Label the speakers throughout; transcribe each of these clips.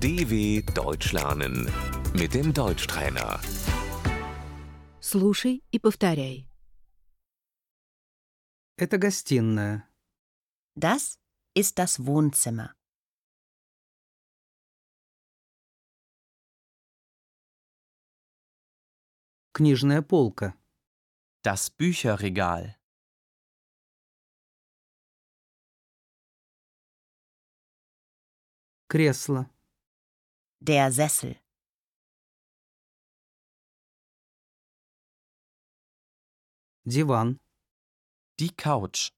Speaker 1: DW Deutsch lernen mit dem Deutschtrainer.
Speaker 2: Слушай и повторяй.
Speaker 3: Это гостиная.
Speaker 4: Das ist das Wohnzimmer.
Speaker 3: Книжная полка.
Speaker 5: Das Bücherregal.
Speaker 3: Кресло.
Speaker 4: Der Sessel.
Speaker 3: Диван.
Speaker 5: Die Couch.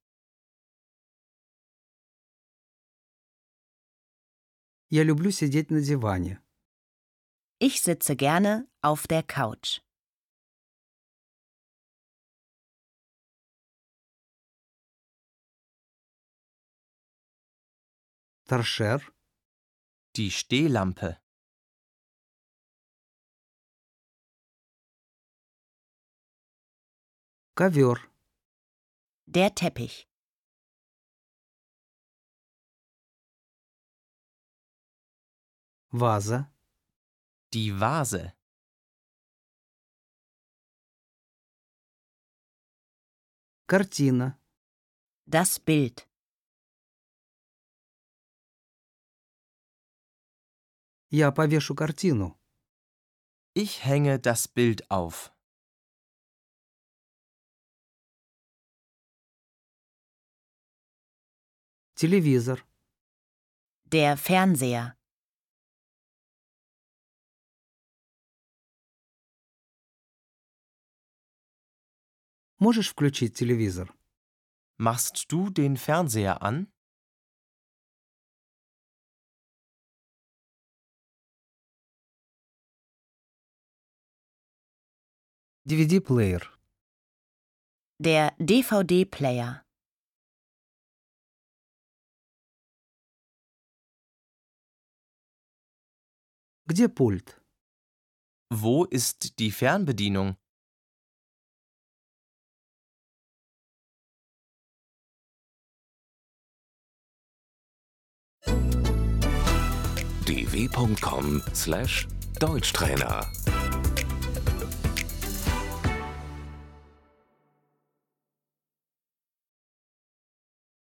Speaker 3: Я люблю сидеть на диване.
Speaker 4: Ich sitze gerne auf der Couch.
Speaker 3: Торшер.
Speaker 5: Die Stehlampe.
Speaker 3: Ковер.
Speaker 4: Der Teppich.
Speaker 3: Ваза.
Speaker 5: Die Vase.
Speaker 3: Картина.
Speaker 4: Das Bild.
Speaker 3: Я повешу картину.
Speaker 5: Ich hänge das Bild auf.
Speaker 3: Телевизор.
Speaker 4: Der Fernseher.
Speaker 3: Можешь включить телевизор?
Speaker 5: Machst du den Fernseher an?
Speaker 3: DVD-плеер.
Speaker 4: Der DVD-Player.
Speaker 3: Где пульт?
Speaker 5: Wo ist die Fernbedienung?
Speaker 1: dw.com/deutschtrainer